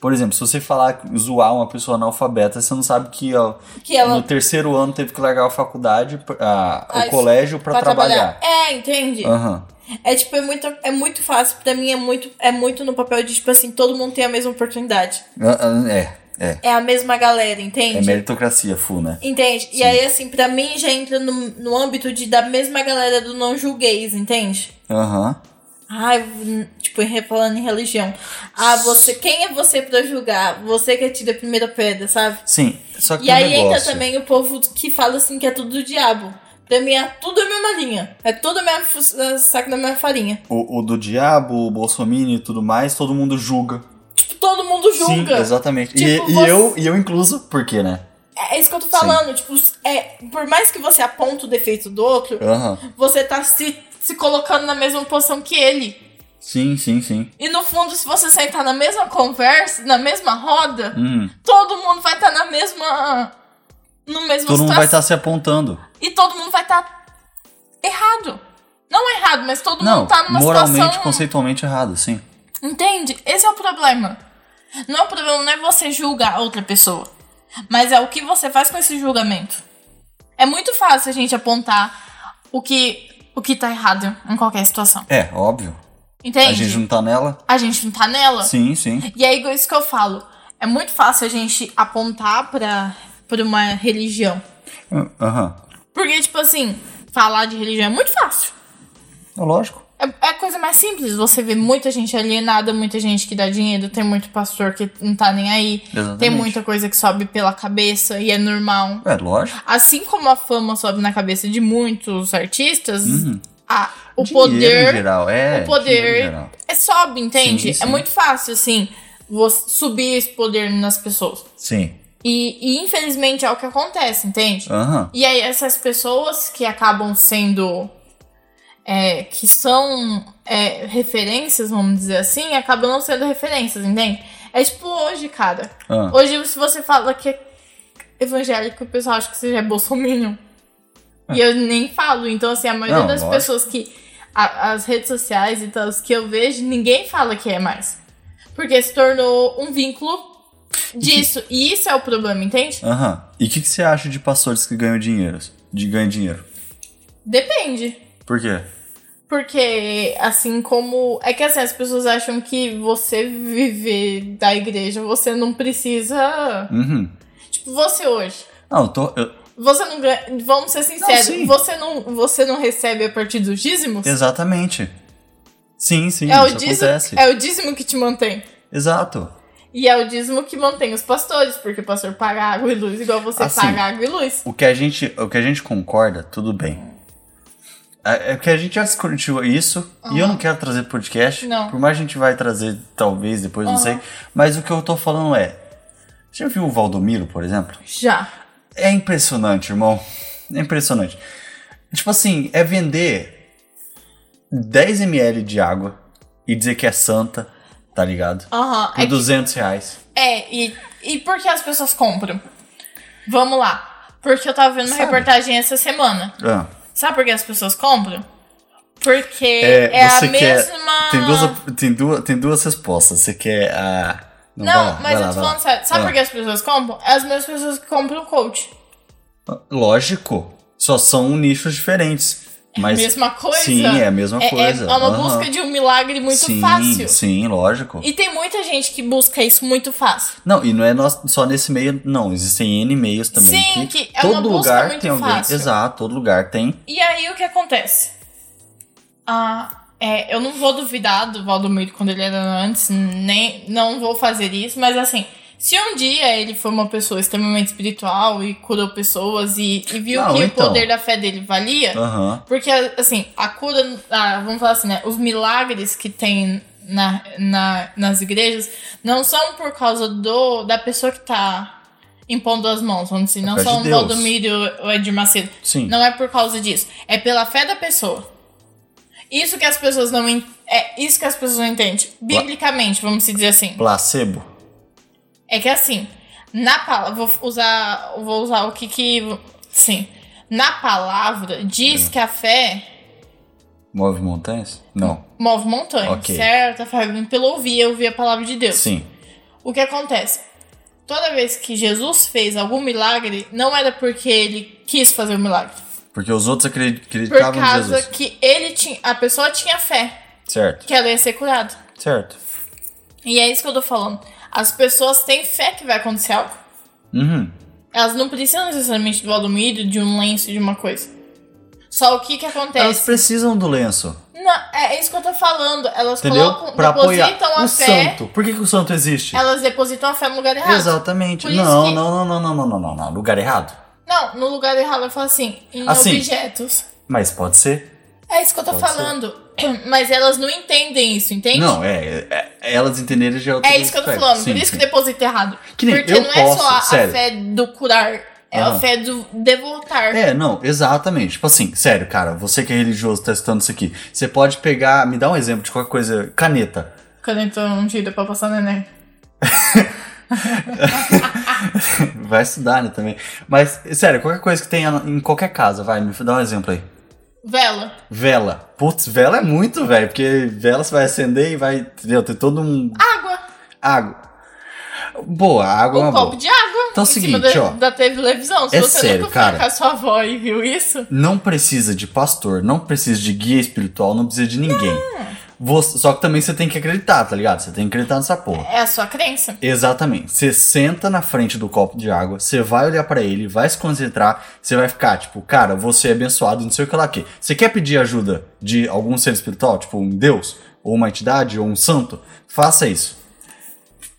[SPEAKER 1] Por exemplo, se você falar, zoar uma pessoa analfabeta, você não sabe que ó,
[SPEAKER 2] que ela
[SPEAKER 1] no terceiro ano teve que largar a faculdade, pr- a-
[SPEAKER 2] Ah,
[SPEAKER 1] o
[SPEAKER 2] isso,
[SPEAKER 1] colégio pra trabalhar.
[SPEAKER 2] É, entende?
[SPEAKER 1] Aham.
[SPEAKER 2] É tipo, é muito, é muito fácil. Pra mim é muito, é muito no papel de, tipo assim, todo mundo tem a mesma oportunidade.
[SPEAKER 1] Ah, ah, É, é.
[SPEAKER 2] É a mesma galera,
[SPEAKER 1] É
[SPEAKER 2] entende?
[SPEAKER 1] meritocracia, full, né?
[SPEAKER 2] Entende? E aí, assim, pra mim já entra no, no âmbito de da mesma galera do não julguês, entende?
[SPEAKER 1] Aham.
[SPEAKER 2] Ai, v- tipo, re- falando em religião. Ah, você. Quem é você pra julgar? Você que atira a primeira pedra, sabe?
[SPEAKER 1] Sim, só que
[SPEAKER 2] E
[SPEAKER 1] o
[SPEAKER 2] aí entra
[SPEAKER 1] negócio...
[SPEAKER 2] também o povo que fala assim que é tudo do diabo. Pra mim é tudo a mesma linha. É tudo o mesmo fu- saco da mesma farinha.
[SPEAKER 1] O, o do diabo, o Bolsonaro e tudo mais, todo mundo julga.
[SPEAKER 2] Tipo, todo mundo julga.
[SPEAKER 1] Sim, exatamente. E-
[SPEAKER 2] Tipo,
[SPEAKER 1] e,
[SPEAKER 2] você-
[SPEAKER 1] eu, e eu incluso, por quê, né?
[SPEAKER 2] é isso que eu tô falando. Tipo, é, por mais que você aponta o defeito do outro,
[SPEAKER 1] Aham.
[SPEAKER 2] você tá se, se colocando na mesma posição que ele.
[SPEAKER 1] Sim, sim, sim.
[SPEAKER 2] E no fundo, se você sentar na mesma conversa, na mesma roda,
[SPEAKER 1] Hum.
[SPEAKER 2] todo mundo vai estar na mesma. No mesmo
[SPEAKER 1] Todo mundo vai tá estar se apontando.
[SPEAKER 2] E todo mundo vai estar errado. Não errado, mas todo
[SPEAKER 1] Não,
[SPEAKER 2] mundo tá numa
[SPEAKER 1] moralmente,
[SPEAKER 2] situação.
[SPEAKER 1] conceitualmente errado, sim.
[SPEAKER 2] Entende? Esse é o problema. Não é o problema, não é você julgar a outra pessoa. Mas é o que você faz com esse julgamento. É muito fácil a gente apontar o que, o que tá errado em qualquer situação.
[SPEAKER 1] É, óbvio.
[SPEAKER 2] Entende?
[SPEAKER 1] A gente não tá nela.
[SPEAKER 2] não tá nela.
[SPEAKER 1] Sim, sim.
[SPEAKER 2] E é igual isso que eu falo. É muito fácil a gente apontar pra, pra uma religião.
[SPEAKER 1] Aham.
[SPEAKER 2] Porque, tipo assim, falar de religião é muito fácil.
[SPEAKER 1] É Lógico.
[SPEAKER 2] É, é a coisa mais simples. Você vê muita gente alienada, muita gente que dá dinheiro, tem muito pastor que não tá nem aí.
[SPEAKER 1] Exatamente.
[SPEAKER 2] Tem muita coisa que sobe pela cabeça e é normal.
[SPEAKER 1] É, lógico.
[SPEAKER 2] Assim como a fama sobe na cabeça de muitos artistas, a- o
[SPEAKER 1] Uhum. Dinheiro Em
[SPEAKER 2] poder
[SPEAKER 1] geral, é.
[SPEAKER 2] o
[SPEAKER 1] dinheiro em
[SPEAKER 2] poder
[SPEAKER 1] geral.
[SPEAKER 2] é, sobe, entende?
[SPEAKER 1] Sim, sim.
[SPEAKER 2] É muito fácil, assim, você subir esse poder nas pessoas.
[SPEAKER 1] Sim.
[SPEAKER 2] E, e, infelizmente é o que acontece, entende?
[SPEAKER 1] Aham.
[SPEAKER 2] E aí essas pessoas que acabam sendo. é, que são é, referências, vamos dizer assim, acabam não sendo referências, entende? É tipo hoje, cara.
[SPEAKER 1] Ah.
[SPEAKER 2] Hoje, se você fala que é evangélico, o pessoal acha que você já é bolsominion. E eu nem falo. Então, assim, a maioria
[SPEAKER 1] Ah. Não,
[SPEAKER 2] das
[SPEAKER 1] lógico.
[SPEAKER 2] pessoas que. a- as redes sociais e tal, os que eu vejo, ninguém fala que é mais. Porque se tornou um vínculo disso. E isso é o problema, entende?
[SPEAKER 1] Aham. E o que, que você acha de pastores que ganham dinheiro? De ganham dinheiro?
[SPEAKER 2] Depende.
[SPEAKER 1] Por quê?
[SPEAKER 2] Porque, assim como. É que assim, as pessoas acham que você viver da igreja, você não precisa.
[SPEAKER 1] Uhum.
[SPEAKER 2] Tipo, você hoje.
[SPEAKER 1] Não, eu tô. eu-
[SPEAKER 2] Você não ganha. Vamos ser sinceros,
[SPEAKER 1] sim.
[SPEAKER 2] você, não, você não recebe a partir dos dízimos?
[SPEAKER 1] Exatamente. Sim, sim,
[SPEAKER 2] É o,
[SPEAKER 1] isso
[SPEAKER 2] dízimo,
[SPEAKER 1] acontece.
[SPEAKER 2] é o dízimo que te mantém.
[SPEAKER 1] Exato.
[SPEAKER 2] E é o dízimo que mantém os pastores, porque o pastor paga água e luz, igual você
[SPEAKER 1] Assim.
[SPEAKER 2] paga água e luz.
[SPEAKER 1] O que a gente, o que a gente concorda, tudo bem. É é que a gente já discutiu isso e eu não quero trazer podcast.
[SPEAKER 2] Não.
[SPEAKER 1] Por mais que a gente vai trazer, talvez, depois, não
[SPEAKER 2] Aham.
[SPEAKER 1] sei. Mas o que eu tô falando é. Você já viu o Valdomiro, por exemplo?
[SPEAKER 2] Já.
[SPEAKER 1] É impressionante, irmão. É impressionante. Tipo assim, é vender 10ml de água e dizer que é santa, tá ligado?
[SPEAKER 2] Aham.
[SPEAKER 1] Por
[SPEAKER 2] É que-
[SPEAKER 1] 200 reais.
[SPEAKER 2] É, e, e por que as pessoas compram? Vamos lá. Porque eu tava vendo uma
[SPEAKER 1] Sabe.
[SPEAKER 2] reportagem essa semana.
[SPEAKER 1] Ah,
[SPEAKER 2] Sabe por que as pessoas compram? Porque é,
[SPEAKER 1] é,
[SPEAKER 2] a
[SPEAKER 1] você quer.
[SPEAKER 2] mesma.
[SPEAKER 1] Tem, duas, op- tem, duas, tem duas respostas. Você quer a. vai
[SPEAKER 2] Não,
[SPEAKER 1] lá,
[SPEAKER 2] mas
[SPEAKER 1] vai lá,
[SPEAKER 2] eu tô
[SPEAKER 1] vai lá.
[SPEAKER 2] falando sério. Sabe
[SPEAKER 1] Ah.
[SPEAKER 2] por que as pessoas compram? É as mesmas pessoas que compram coach.
[SPEAKER 1] Ah, Lógico. Só são nichos diferentes. Mas.
[SPEAKER 2] É mesma coisa.
[SPEAKER 1] Sim, é a mesma
[SPEAKER 2] É, é
[SPEAKER 1] coisa.
[SPEAKER 2] uma
[SPEAKER 1] Aham.
[SPEAKER 2] busca de um milagre muito
[SPEAKER 1] sim,
[SPEAKER 2] fácil.
[SPEAKER 1] Sim, lógico.
[SPEAKER 2] E tem muita gente que busca isso muito fácil.
[SPEAKER 1] Não, e não é nós- só nesse meio, não. Existem N meios também.
[SPEAKER 2] Sim, que é uma
[SPEAKER 1] todo
[SPEAKER 2] busca
[SPEAKER 1] lugar
[SPEAKER 2] muito
[SPEAKER 1] tem alguém.
[SPEAKER 2] fácil.
[SPEAKER 1] Exato, todo lugar tem.
[SPEAKER 2] E aí o que acontece? Ah, é, eu não vou duvidar do Valdomiro quando ele era antes, nem não vou fazer isso, mas assim, se um dia ele foi uma pessoa extremamente espiritual e curou pessoas e, e viu
[SPEAKER 1] Não,
[SPEAKER 2] que
[SPEAKER 1] então. Ah.
[SPEAKER 2] o poder da fé dele valia,
[SPEAKER 1] Aham.
[SPEAKER 2] porque assim, a cura, ah, vamos falar assim, né, os milagres que tem na, na, nas igrejas não são por causa do da pessoa que tá impondo as mãos, vamos dizer, não
[SPEAKER 1] fé É de
[SPEAKER 2] são
[SPEAKER 1] Deus.
[SPEAKER 2] Valdomiro ou Edir Macedo.
[SPEAKER 1] Sim.
[SPEAKER 2] Não é por causa disso. É pela fé da pessoa. Isso que as pessoas não en- é isso que as pessoas não entendem. Biblicamente, vamos se dizer assim.
[SPEAKER 1] Placebo.
[SPEAKER 2] É que assim, na palavra. Vou usar. Vou usar o que que. Sim. Na palavra
[SPEAKER 1] Hum.
[SPEAKER 2] diz que a fé
[SPEAKER 1] Move montanhas? Não.
[SPEAKER 2] move montanhas,
[SPEAKER 1] Ok.
[SPEAKER 2] certo? A fé vem pelo ouvir, eu ouvir a palavra de Deus.
[SPEAKER 1] Sim.
[SPEAKER 2] O que acontece? Toda vez que Jesus fez algum milagre, não era porque ele quis fazer o milagre.
[SPEAKER 1] Porque os outros acredi-
[SPEAKER 2] Por
[SPEAKER 1] acreditavam em
[SPEAKER 2] causa
[SPEAKER 1] Jesus.
[SPEAKER 2] que ele tinha. A pessoa tinha fé.
[SPEAKER 1] Certo,
[SPEAKER 2] que ela ia ser curada.
[SPEAKER 1] certo.
[SPEAKER 2] E é isso que eu tô falando. As pessoas têm fé que vai acontecer algo.
[SPEAKER 1] Uhum.
[SPEAKER 2] Elas não precisam necessariamente do alumínio, de um lenço, de uma coisa. Só o que que
[SPEAKER 1] Elas
[SPEAKER 2] acontece?
[SPEAKER 1] precisam do lenço,
[SPEAKER 2] Não, é isso que eu tô falando. Elas
[SPEAKER 1] entendeu?
[SPEAKER 2] colocam,
[SPEAKER 1] Pra apoiar
[SPEAKER 2] depositam a
[SPEAKER 1] o
[SPEAKER 2] fé.
[SPEAKER 1] santo. Por que, que o santo existe?
[SPEAKER 2] Elas depositam a fé no lugar errado.
[SPEAKER 1] Exatamente.
[SPEAKER 2] Por isso
[SPEAKER 1] Não,
[SPEAKER 2] que-
[SPEAKER 1] não, não, não, não, não, não, não, não. Lugar errado.
[SPEAKER 2] Não, no lugar errado eu falo assim, em
[SPEAKER 1] Assim.
[SPEAKER 2] objetos.
[SPEAKER 1] Mas pode ser.
[SPEAKER 2] É isso que eu tô
[SPEAKER 1] Pode
[SPEAKER 2] falando. Mas elas não entendem isso, entende?
[SPEAKER 1] Não, é, é- é- Elas entenderem já outro
[SPEAKER 2] É isso que eu tô
[SPEAKER 1] aspecto.
[SPEAKER 2] falando,
[SPEAKER 1] Sim,
[SPEAKER 2] por isso
[SPEAKER 1] sim.
[SPEAKER 2] que deposita errado.
[SPEAKER 1] Que nem
[SPEAKER 2] Porque
[SPEAKER 1] eu
[SPEAKER 2] não é
[SPEAKER 1] posso,
[SPEAKER 2] só a, a
[SPEAKER 1] sério. Ah.
[SPEAKER 2] fé do curar, é
[SPEAKER 1] Aham.
[SPEAKER 2] a fé do devotar.
[SPEAKER 1] É, não, exatamente. Tipo assim, sério, cara, você que é religioso tá estudando isso aqui, você pode pegar, me dá um exemplo de qualquer coisa, caneta.
[SPEAKER 2] Caneta não tira pra passar no Enem.
[SPEAKER 1] Vai estudar, né, também. Mas, sério, qualquer coisa que tenha em qualquer casa, vai, me dá um exemplo aí.
[SPEAKER 2] Vela.
[SPEAKER 1] Vela. Putz, vela é muito, velho, porque vela você vai acender e vai, entendeu, tem todo um...
[SPEAKER 2] Água.
[SPEAKER 1] Água. Boa, a água é
[SPEAKER 2] Um
[SPEAKER 1] uma
[SPEAKER 2] copo
[SPEAKER 1] boa.
[SPEAKER 2] de água.
[SPEAKER 1] Então é o
[SPEAKER 2] em cima
[SPEAKER 1] seguinte,
[SPEAKER 2] da,
[SPEAKER 1] ó.
[SPEAKER 2] Da televisão. Se
[SPEAKER 1] É
[SPEAKER 2] você
[SPEAKER 1] sério,
[SPEAKER 2] nunca foi
[SPEAKER 1] cara.
[SPEAKER 2] com a sua avó e viu isso.
[SPEAKER 1] Não precisa de pastor, não precisa de guia espiritual, não precisa de ninguém. Você- só que também você tem que acreditar, tá ligado? Você tem que acreditar nessa porra.
[SPEAKER 2] É a sua crença.
[SPEAKER 1] Exatamente. Você senta na frente do copo de água, você vai olhar pra ele, vai se concentrar, você vai ficar tipo, cara, você é abençoado, não sei o que lá que. Você quer pedir ajuda de algum ser espiritual, tipo um Deus, ou uma entidade, ou um santo? Faça isso.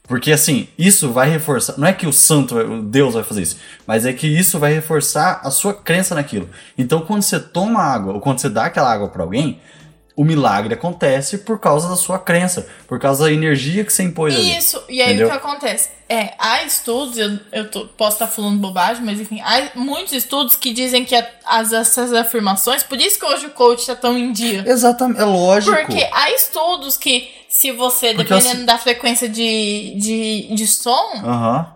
[SPEAKER 1] Porque assim, isso vai reforçar. Não é que o santo, o Deus vai fazer isso, mas é que isso vai reforçar a sua crença naquilo. Então, quando você toma água, ou quando você dá aquela água pra alguém, o milagre acontece por causa da sua crença, por causa da energia que você impôs ali.
[SPEAKER 2] Isso. E aí
[SPEAKER 1] Entendeu?
[SPEAKER 2] o que acontece? É, há estudos, eu, eu tô- posso estar falando bobagem, mas enfim, há muitos estudos que dizem que a- as, essas afirmações, por isso que hoje o coach tá tão em dia.
[SPEAKER 1] Exatamente, é lógico.
[SPEAKER 2] Porque há estudos que, se você,
[SPEAKER 1] Porque
[SPEAKER 2] dependendo
[SPEAKER 1] eu-
[SPEAKER 2] da frequência de, de, de som,
[SPEAKER 1] Aham.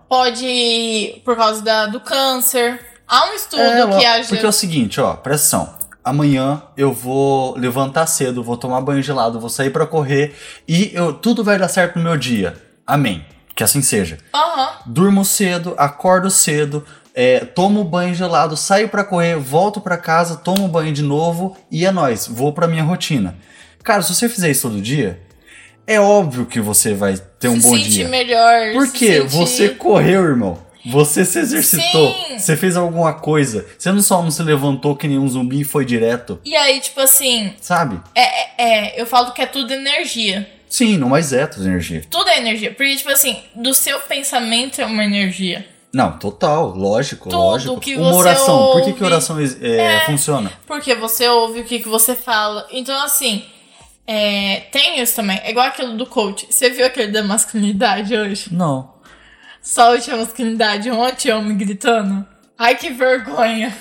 [SPEAKER 2] pode. por causa da, do câncer. Há um estudo
[SPEAKER 1] É, lo-
[SPEAKER 2] que age.
[SPEAKER 1] Porque é o seguinte, ó, presta atenção. Amanhã eu vou levantar cedo, vou tomar banho gelado, vou sair pra correr e eu, tudo vai dar certo no meu dia. Amém. Que assim seja.
[SPEAKER 2] Aham.
[SPEAKER 1] Durmo cedo, acordo cedo, é, tomo banho gelado, saio pra correr, volto pra casa, tomo banho de novo e é nóis, vou pra minha rotina. Cara, se você fizer isso todo dia, é óbvio que você vai ter um
[SPEAKER 2] se
[SPEAKER 1] bom
[SPEAKER 2] sentir
[SPEAKER 1] dia.
[SPEAKER 2] melhor. se
[SPEAKER 1] Porque
[SPEAKER 2] sentir-
[SPEAKER 1] você correu, irmão. Você se exercitou.
[SPEAKER 2] Sim.
[SPEAKER 1] Você fez alguma coisa. Você não só não se levantou que nem um zumbi e foi direto.
[SPEAKER 2] E aí, tipo assim,
[SPEAKER 1] Sabe?
[SPEAKER 2] é, é, eu falo que é tudo energia.
[SPEAKER 1] Sim, não mais é tudo energia.
[SPEAKER 2] Tudo é energia. Porque, tipo assim, do seu pensamento é uma energia.
[SPEAKER 1] Não, total. Lógico,
[SPEAKER 2] Tudo
[SPEAKER 1] lógico.
[SPEAKER 2] que
[SPEAKER 1] Uma
[SPEAKER 2] você
[SPEAKER 1] oração. Por que, que
[SPEAKER 2] ouve.
[SPEAKER 1] oração é, funciona?
[SPEAKER 2] Porque você ouve o que, que você fala. Então, assim, é, tem isso também. É igual aquilo do coach. Você viu aquele da masculinidade hoje?
[SPEAKER 1] Não.
[SPEAKER 2] Solte a masculinidade ontem, homem gritando. Ai, que vergonha.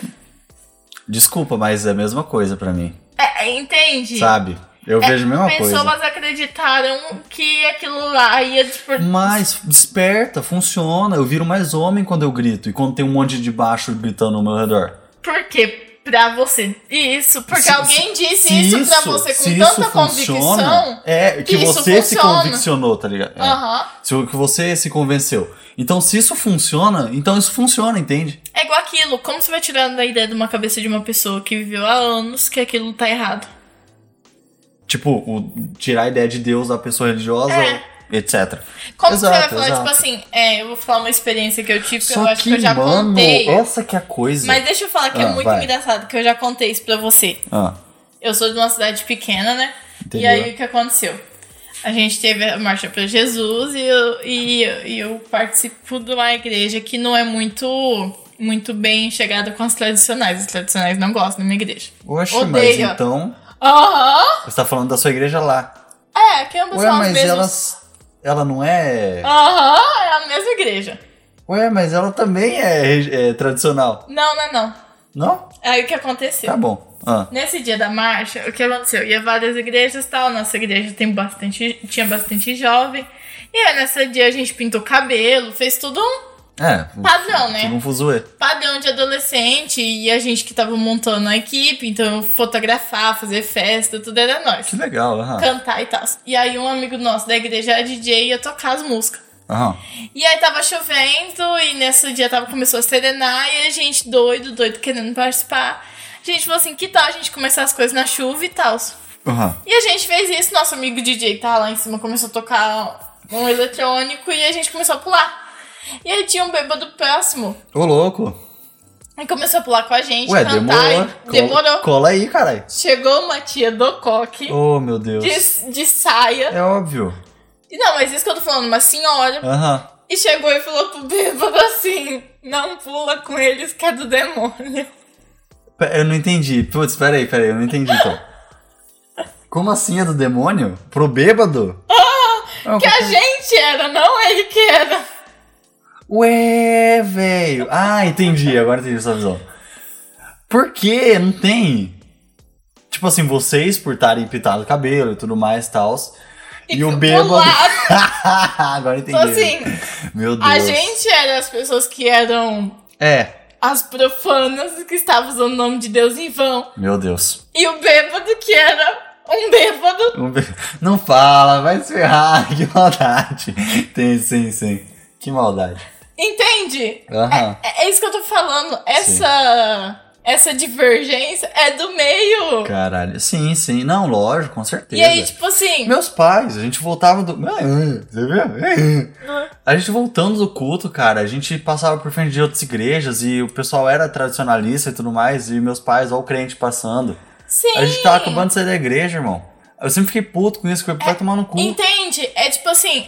[SPEAKER 1] Desculpa, mas é a mesma coisa pra mim.
[SPEAKER 2] É, é, entende?
[SPEAKER 1] Sabe? Eu
[SPEAKER 2] É,
[SPEAKER 1] vejo a mesma coisa.
[SPEAKER 2] Pessoas acreditaram que aquilo lá ia
[SPEAKER 1] Hum.
[SPEAKER 2] despertar.
[SPEAKER 1] Mas desperta, funciona. Eu viro mais homem quando eu grito e quando tem um monte de baixo gritando ao meu redor.
[SPEAKER 2] Por quê? Pra você. Isso, porque
[SPEAKER 1] Se-
[SPEAKER 2] alguém disse
[SPEAKER 1] se
[SPEAKER 2] isso, pra você
[SPEAKER 1] se
[SPEAKER 2] com
[SPEAKER 1] isso
[SPEAKER 2] tanta
[SPEAKER 1] funciona,
[SPEAKER 2] convicção.
[SPEAKER 1] É, que
[SPEAKER 2] que isso
[SPEAKER 1] você se
[SPEAKER 2] funciona.
[SPEAKER 1] conviccionou, tá ligado? É.
[SPEAKER 2] Aham.
[SPEAKER 1] Se o- que você se convenceu. Então, se isso funciona, então isso funciona, entende?
[SPEAKER 2] É igual aquilo, como você vai tirando a ideia de uma cabeça de uma pessoa que viveu há anos que aquilo tá errado?
[SPEAKER 1] Tipo, o- tirar a ideia de Deus da pessoa religiosa,
[SPEAKER 2] É.
[SPEAKER 1] etc.
[SPEAKER 2] Como você vai
[SPEAKER 1] Exato,
[SPEAKER 2] falar,
[SPEAKER 1] exato.
[SPEAKER 2] tipo assim, é, eu vou falar uma experiência que eu tive, que
[SPEAKER 1] Só
[SPEAKER 2] eu acho que, eu já
[SPEAKER 1] mano,
[SPEAKER 2] contei.
[SPEAKER 1] essa que é a coisa.
[SPEAKER 2] Mas deixa eu falar que é
[SPEAKER 1] Ah,
[SPEAKER 2] muito
[SPEAKER 1] vai.
[SPEAKER 2] engraçado, que eu já contei isso pra você.
[SPEAKER 1] Ah,
[SPEAKER 2] Eu sou de uma cidade pequena, né? E
[SPEAKER 1] Interior.
[SPEAKER 2] aí o que aconteceu? A gente teve a marcha pra Jesus e eu, e, e eu participo de uma igreja que não é muito, muito bem chegada com as tradicionais. As tradicionais não gostam da minha igreja.
[SPEAKER 1] oxe, mas
[SPEAKER 2] Odeia.
[SPEAKER 1] então...
[SPEAKER 2] Aham!
[SPEAKER 1] Você tá falando da sua igreja lá.
[SPEAKER 2] É, que ambos
[SPEAKER 1] Ué,
[SPEAKER 2] são os
[SPEAKER 1] mas
[SPEAKER 2] mesmos.
[SPEAKER 1] elas... Ela não é...
[SPEAKER 2] Aham, é a mesma igreja.
[SPEAKER 1] Ué, mas ela também é, é tradicional.
[SPEAKER 2] Não, não, não.
[SPEAKER 1] Não?
[SPEAKER 2] Aí o que aconteceu?
[SPEAKER 1] Tá bom. Ah,
[SPEAKER 2] Nesse dia da marcha, o que aconteceu? Ia várias igrejas e tal. Nossa igreja tem bastante, tinha bastante jovem. E aí, nesse dia a gente pintou cabelo, fez tudo um
[SPEAKER 1] é.
[SPEAKER 2] padrão, né?
[SPEAKER 1] Tipo um fuzuê.
[SPEAKER 2] padrão de adolescente e a gente que tava montando a equipe, então fotografar, fazer festa, tudo era nós.
[SPEAKER 1] Que legal, aham.
[SPEAKER 2] Cantar e tal. E aí um amigo nosso da igreja era DJ e ia tocar as músicas.
[SPEAKER 1] Aham.
[SPEAKER 2] E aí tava chovendo e nesse dia tava, começou a serenar e a gente doido, doido, querendo participar. A gente falou assim, que tal a gente começar as coisas na chuva e tal.
[SPEAKER 1] Aham.
[SPEAKER 2] E a gente fez isso, nosso amigo DJ tá lá em cima, começou a tocar um eletrônico e a gente começou a pular. E aí tinha um bêbado próximo
[SPEAKER 1] Ô, louco.
[SPEAKER 2] Aí começou a pular com a gente,
[SPEAKER 1] Ué,
[SPEAKER 2] cantar.
[SPEAKER 1] demorou. né?
[SPEAKER 2] e- demorou.
[SPEAKER 1] Cola, cola aí, caralho.
[SPEAKER 2] Chegou uma tia do coque,
[SPEAKER 1] Ô, meu Deus.
[SPEAKER 2] de, de saia.
[SPEAKER 1] É óbvio.
[SPEAKER 2] E Não, mas isso que eu tô falando, uma senhora.
[SPEAKER 1] Aham.
[SPEAKER 2] E chegou e falou pro bêbado assim: Não pula com eles que é do demônio.
[SPEAKER 1] Pe- Eu não entendi. Putz, peraí, peraí, eu não entendi então. Como assim é do demônio? Pro bêbado? Ah,
[SPEAKER 2] Que a gente era, não ele que era.
[SPEAKER 1] Ué, velho. Ah, entendi. Agora entendi sua visão. Por quê? Não tem. Tipo assim, vocês por estarem pintado o cabelo e tudo mais e tal. E o bêbado.
[SPEAKER 2] Pular.
[SPEAKER 1] Agora entendi.
[SPEAKER 2] Então, assim,
[SPEAKER 1] Meu Deus.
[SPEAKER 2] a gente era as pessoas que eram
[SPEAKER 1] É,
[SPEAKER 2] as profanas que estavam usando o nome de Deus em vão.
[SPEAKER 1] meu Deus.
[SPEAKER 2] E o bêbado que era um bêbado
[SPEAKER 1] Um be- Não fala, vai se ferrar, que maldade. Tem, sim, sim. Que maldade.
[SPEAKER 2] Entende?
[SPEAKER 1] Aham.
[SPEAKER 2] É, é isso que eu tô falando. Essa, essa divergência é do meio.
[SPEAKER 1] Caralho. Sim, sim. Não, lógico, com certeza.
[SPEAKER 2] e aí, tipo assim.
[SPEAKER 1] Meus pais, a gente voltava do. Ah, é. Você viu? A gente voltando do culto, cara, a gente passava por frente de outras igrejas e o pessoal era tradicionalista e tudo mais, e meus pais, ó, o crente passando.
[SPEAKER 2] Sim.
[SPEAKER 1] A gente tava acabando de sair da igreja, irmão. Eu sempre fiquei puto com isso, que eu
[SPEAKER 2] É,
[SPEAKER 1] vai tomar no cu.
[SPEAKER 2] Entende? É tipo assim.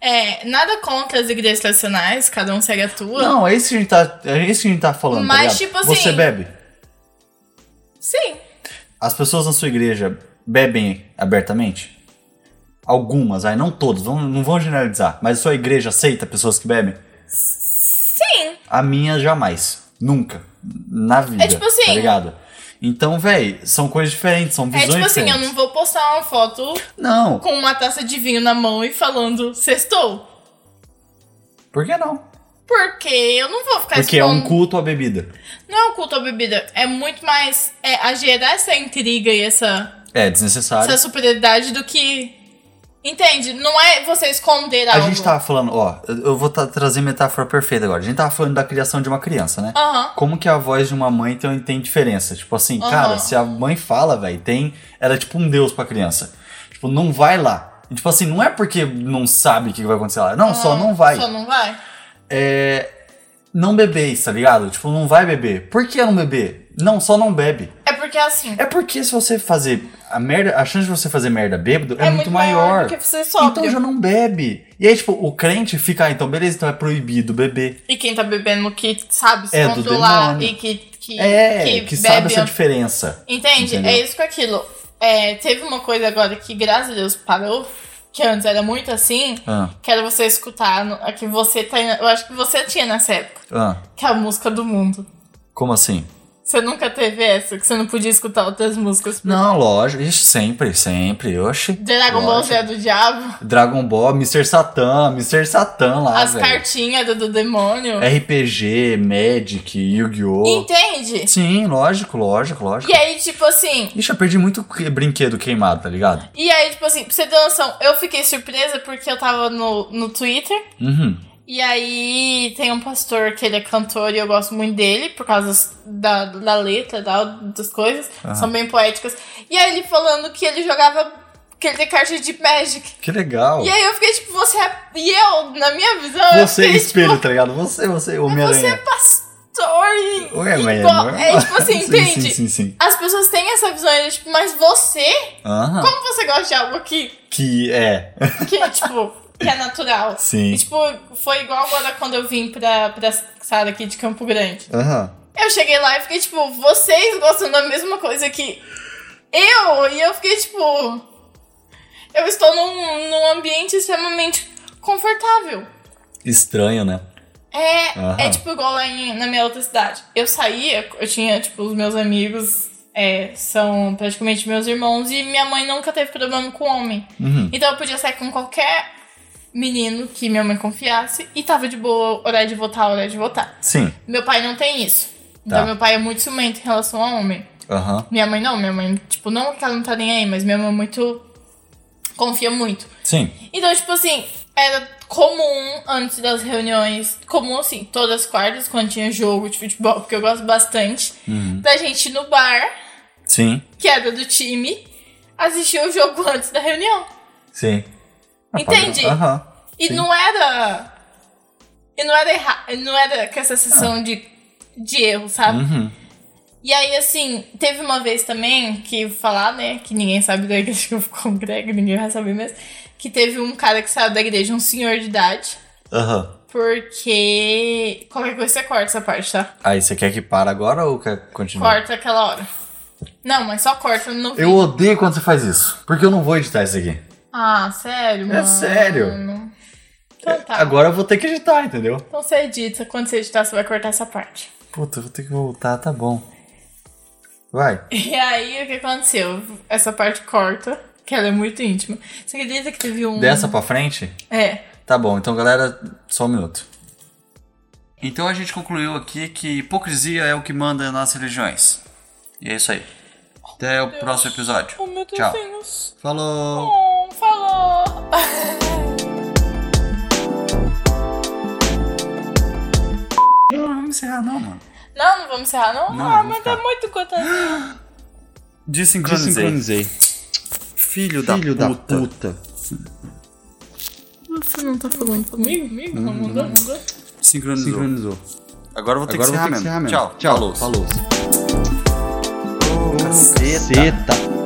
[SPEAKER 2] É, nada contra as igrejas tradicionais, cada um segue a tua.
[SPEAKER 1] Não, é isso que a gente tá, é isso que a gente tá falando. tá
[SPEAKER 2] Mas,
[SPEAKER 1] ligado?
[SPEAKER 2] tipo
[SPEAKER 1] Você
[SPEAKER 2] assim-
[SPEAKER 1] bebe?
[SPEAKER 2] Sim.
[SPEAKER 1] As pessoas na sua igreja bebem abertamente? Algumas, aí não todas, não, não vão generalizar. Mas a sua igreja aceita pessoas que bebem?
[SPEAKER 2] Sim.
[SPEAKER 1] A minha jamais. Nunca. Na vida.
[SPEAKER 2] É tipo assim-
[SPEAKER 1] Tá ligado? Então, véi, são coisas diferentes, são
[SPEAKER 2] É
[SPEAKER 1] visões
[SPEAKER 2] tipo assim,
[SPEAKER 1] diferentes.
[SPEAKER 2] eu não vou postar uma foto
[SPEAKER 1] Não,
[SPEAKER 2] com uma taça de vinho na mão e falando sextou.
[SPEAKER 1] por que não?
[SPEAKER 2] Porque eu não vou ficar
[SPEAKER 1] Porque é um
[SPEAKER 2] expondo-
[SPEAKER 1] culto à bebida.
[SPEAKER 2] Não é um culto à bebida. É muito mais. É a gerar essa intriga e essa,
[SPEAKER 1] É desnecessário.
[SPEAKER 2] essa superioridade do que. Entende? Não é você esconder
[SPEAKER 1] A
[SPEAKER 2] algo.
[SPEAKER 1] gente tá, tava falando, ó, eu eu vou tá- trazer metáfora perfeita agora. A gente tava falando da criação de uma criança, né?
[SPEAKER 2] Aham.
[SPEAKER 1] Como que a voz de uma mãe tem, tem diferença? Tipo assim,
[SPEAKER 2] Aham.
[SPEAKER 1] cara, se a mãe fala, velho, tem. Ela é tipo um deus pra criança. Tipo, não vai lá. E, tipo assim, não é porque não sabe o que vai acontecer lá. Não, só não vai.
[SPEAKER 2] Só não vai.
[SPEAKER 1] É. Não bebeis, tá ligado? Tipo, não vai beber. Por que não beber? Não, só não bebe.
[SPEAKER 2] É porque assim.
[SPEAKER 1] É porque se você fazer a merda, a chance de você fazer merda bêbado é, muito
[SPEAKER 2] maior
[SPEAKER 1] maior.
[SPEAKER 2] do que você sóbrio.
[SPEAKER 1] Então já não bebe. E aí, tipo, o crente fica, ah, então beleza, então é proibido beber.
[SPEAKER 2] E quem tá bebendo que sabe se
[SPEAKER 1] É, do
[SPEAKER 2] controlar
[SPEAKER 1] demônio.
[SPEAKER 2] e que, que,
[SPEAKER 1] É, que,
[SPEAKER 2] bebe
[SPEAKER 1] sabe essa
[SPEAKER 2] an-
[SPEAKER 1] diferença.
[SPEAKER 2] Entende?
[SPEAKER 1] Entendeu?
[SPEAKER 2] É isso com aquilo. É, teve uma coisa agora que, graças a Deus, parou. Que antes era muito assim.
[SPEAKER 1] Ah,
[SPEAKER 2] Que era você escutar. no- a que você tá. Eu acho que você tinha nessa época.
[SPEAKER 1] ah,
[SPEAKER 2] Que é a música do mundo.
[SPEAKER 1] como assim?
[SPEAKER 2] Você nunca teve essa? Que você não podia escutar outras músicas?
[SPEAKER 1] Não, lógico, ixi, sempre, sempre, oxi.
[SPEAKER 2] Dragon Ball Z é do diabo.
[SPEAKER 1] Dragon Ball, Mr. Satan, Mr. Satan lá,
[SPEAKER 2] as
[SPEAKER 1] velho.
[SPEAKER 2] cartinhas do, do demônio.
[SPEAKER 1] É, RPG, Magic, Yu-Gi-Oh!
[SPEAKER 2] Entende?
[SPEAKER 1] Sim, lógico, lógico, lógico.
[SPEAKER 2] E aí, tipo assim.
[SPEAKER 1] Ixi, eu perdi muito que- brinquedo queimado, tá ligado?
[SPEAKER 2] E aí, tipo assim, pra você ter noção, eu fiquei surpresa porque eu tava no, no Twitter.
[SPEAKER 1] Uhum.
[SPEAKER 2] E aí tem um pastor que ele é cantor e eu gosto muito dele, por causa da, da letra, da, das coisas.
[SPEAKER 1] Aham.
[SPEAKER 2] São bem poéticas. E aí ele falando que ele jogava. que ele tem carta de Magic.
[SPEAKER 1] Que legal.
[SPEAKER 2] E aí eu fiquei tipo, você é. E eu, na minha visão,
[SPEAKER 1] Você
[SPEAKER 2] eu
[SPEAKER 1] é
[SPEAKER 2] fiquei, tipo,
[SPEAKER 1] espelho, tá ligado? Você, você,
[SPEAKER 2] Você é
[SPEAKER 1] Homem-Aranha.
[SPEAKER 2] pastor e.
[SPEAKER 1] Ué,
[SPEAKER 2] e
[SPEAKER 1] mas é
[SPEAKER 2] igual-
[SPEAKER 1] normal.
[SPEAKER 2] é tipo assim,
[SPEAKER 1] Sim,
[SPEAKER 2] entende?
[SPEAKER 1] Sim, sim, sim.
[SPEAKER 2] As pessoas têm essa visão, é tipo, mas você?
[SPEAKER 1] Aham.
[SPEAKER 2] Como você gosta de algo que,
[SPEAKER 1] Que é.
[SPEAKER 2] que tipo, que é natural?
[SPEAKER 1] Sim.
[SPEAKER 2] E, tipo, foi igual agora quando eu vim pra, pra sala aqui de Campo Grande.
[SPEAKER 1] Aham.
[SPEAKER 2] Eu cheguei lá e fiquei, tipo, vocês gostam da mesma coisa que eu? E eu fiquei, tipo. Eu estou num, num ambiente extremamente confortável.
[SPEAKER 1] Estranho, né?
[SPEAKER 2] É,
[SPEAKER 1] Aham.
[SPEAKER 2] é tipo igual lá em- na minha outra cidade. Eu saía, eu tinha, tipo, os meus amigos é, são praticamente meus irmãos e minha mãe nunca teve problema com homem.
[SPEAKER 1] Uhum.
[SPEAKER 2] Então eu podia sair com qualquer menino que minha mãe confiasse e tava de boa, horário de votar, horário de votar.
[SPEAKER 1] Sim.
[SPEAKER 2] Meu pai não tem isso. Então
[SPEAKER 1] Tá.
[SPEAKER 2] meu pai é muito ciumento em relação a homem.
[SPEAKER 1] Aham.
[SPEAKER 2] Minha mãe não, minha mãe, tipo, não que ela não tá nem aí, mas minha mãe é muito. confia muito.
[SPEAKER 1] Sim.
[SPEAKER 2] Então, tipo assim, era comum antes das reuniões, comum assim, todas as quartas, quando tinha jogo de futebol, porque eu gosto bastante,
[SPEAKER 1] Hum.
[SPEAKER 2] da gente ir no bar,
[SPEAKER 1] Sim.
[SPEAKER 2] que era do time, assistir o jogo antes da reunião.
[SPEAKER 1] Sim. Ah,
[SPEAKER 2] Entende?
[SPEAKER 1] padrão. Aham.
[SPEAKER 2] E
[SPEAKER 1] Sim.
[SPEAKER 2] não era. E não era errado. Não era com essa sensação de, de erro, sabe?
[SPEAKER 1] Ah. Uhum.
[SPEAKER 2] E aí, assim, teve uma vez também que falar, né? Que ninguém sabe da igreja que eu congrego, ninguém vai saber mesmo. Que teve um cara que saiu da igreja, um senhor de idade.
[SPEAKER 1] Aham.
[SPEAKER 2] Porque. Qualquer coisa você corta essa parte, tá?
[SPEAKER 1] Aí, você quer que para agora ou quer continuar?
[SPEAKER 2] Corta aquela hora. Não, mas só corta no vídeo.
[SPEAKER 1] Eu odeio quando você faz isso. Porque eu não vou editar isso aqui.
[SPEAKER 2] Ah, sério,
[SPEAKER 1] É
[SPEAKER 2] mano.
[SPEAKER 1] sério.
[SPEAKER 2] Então tá.
[SPEAKER 1] Agora eu vou ter que editar, entendeu?
[SPEAKER 2] Então você edita. Quando você editar, você vai cortar essa parte.
[SPEAKER 1] Puta, eu vou ter que voltar, tá bom. Vai.
[SPEAKER 2] E aí, o que aconteceu? Essa parte corta, que ela é muito íntima. Você acredita que teve um.
[SPEAKER 1] Dessa pra frente?
[SPEAKER 2] É.
[SPEAKER 1] Tá bom, então galera, só um minuto. Então a gente concluiu aqui que hipocrisia é o que manda nas religiões. E é isso aí. Até o próximo episódio.
[SPEAKER 2] Oh, meu
[SPEAKER 1] Tchau.
[SPEAKER 2] Deus.
[SPEAKER 1] Falou!
[SPEAKER 2] Oh, falou!
[SPEAKER 1] Não, não vamos encerrar não, mano.
[SPEAKER 2] Não, não vamos encerrar, não?
[SPEAKER 1] Não,
[SPEAKER 2] ah,
[SPEAKER 1] vamos
[SPEAKER 2] mas
[SPEAKER 1] ficar.
[SPEAKER 2] é muito gostosinho.
[SPEAKER 1] Desincronizei. Filho, da, puta.
[SPEAKER 2] Você não tá falando comigo? Comigo? Não mudou, mudou?
[SPEAKER 1] Sincronizou.
[SPEAKER 3] Sincronizou.
[SPEAKER 1] Agora eu vou ter
[SPEAKER 3] Agora
[SPEAKER 1] que
[SPEAKER 3] eu
[SPEAKER 1] encerrar
[SPEAKER 3] vou ter que
[SPEAKER 1] mesmo.
[SPEAKER 3] encerrar mesmo.
[SPEAKER 1] Tchau.
[SPEAKER 3] Falou.
[SPEAKER 1] Caceta.
[SPEAKER 3] Caceta.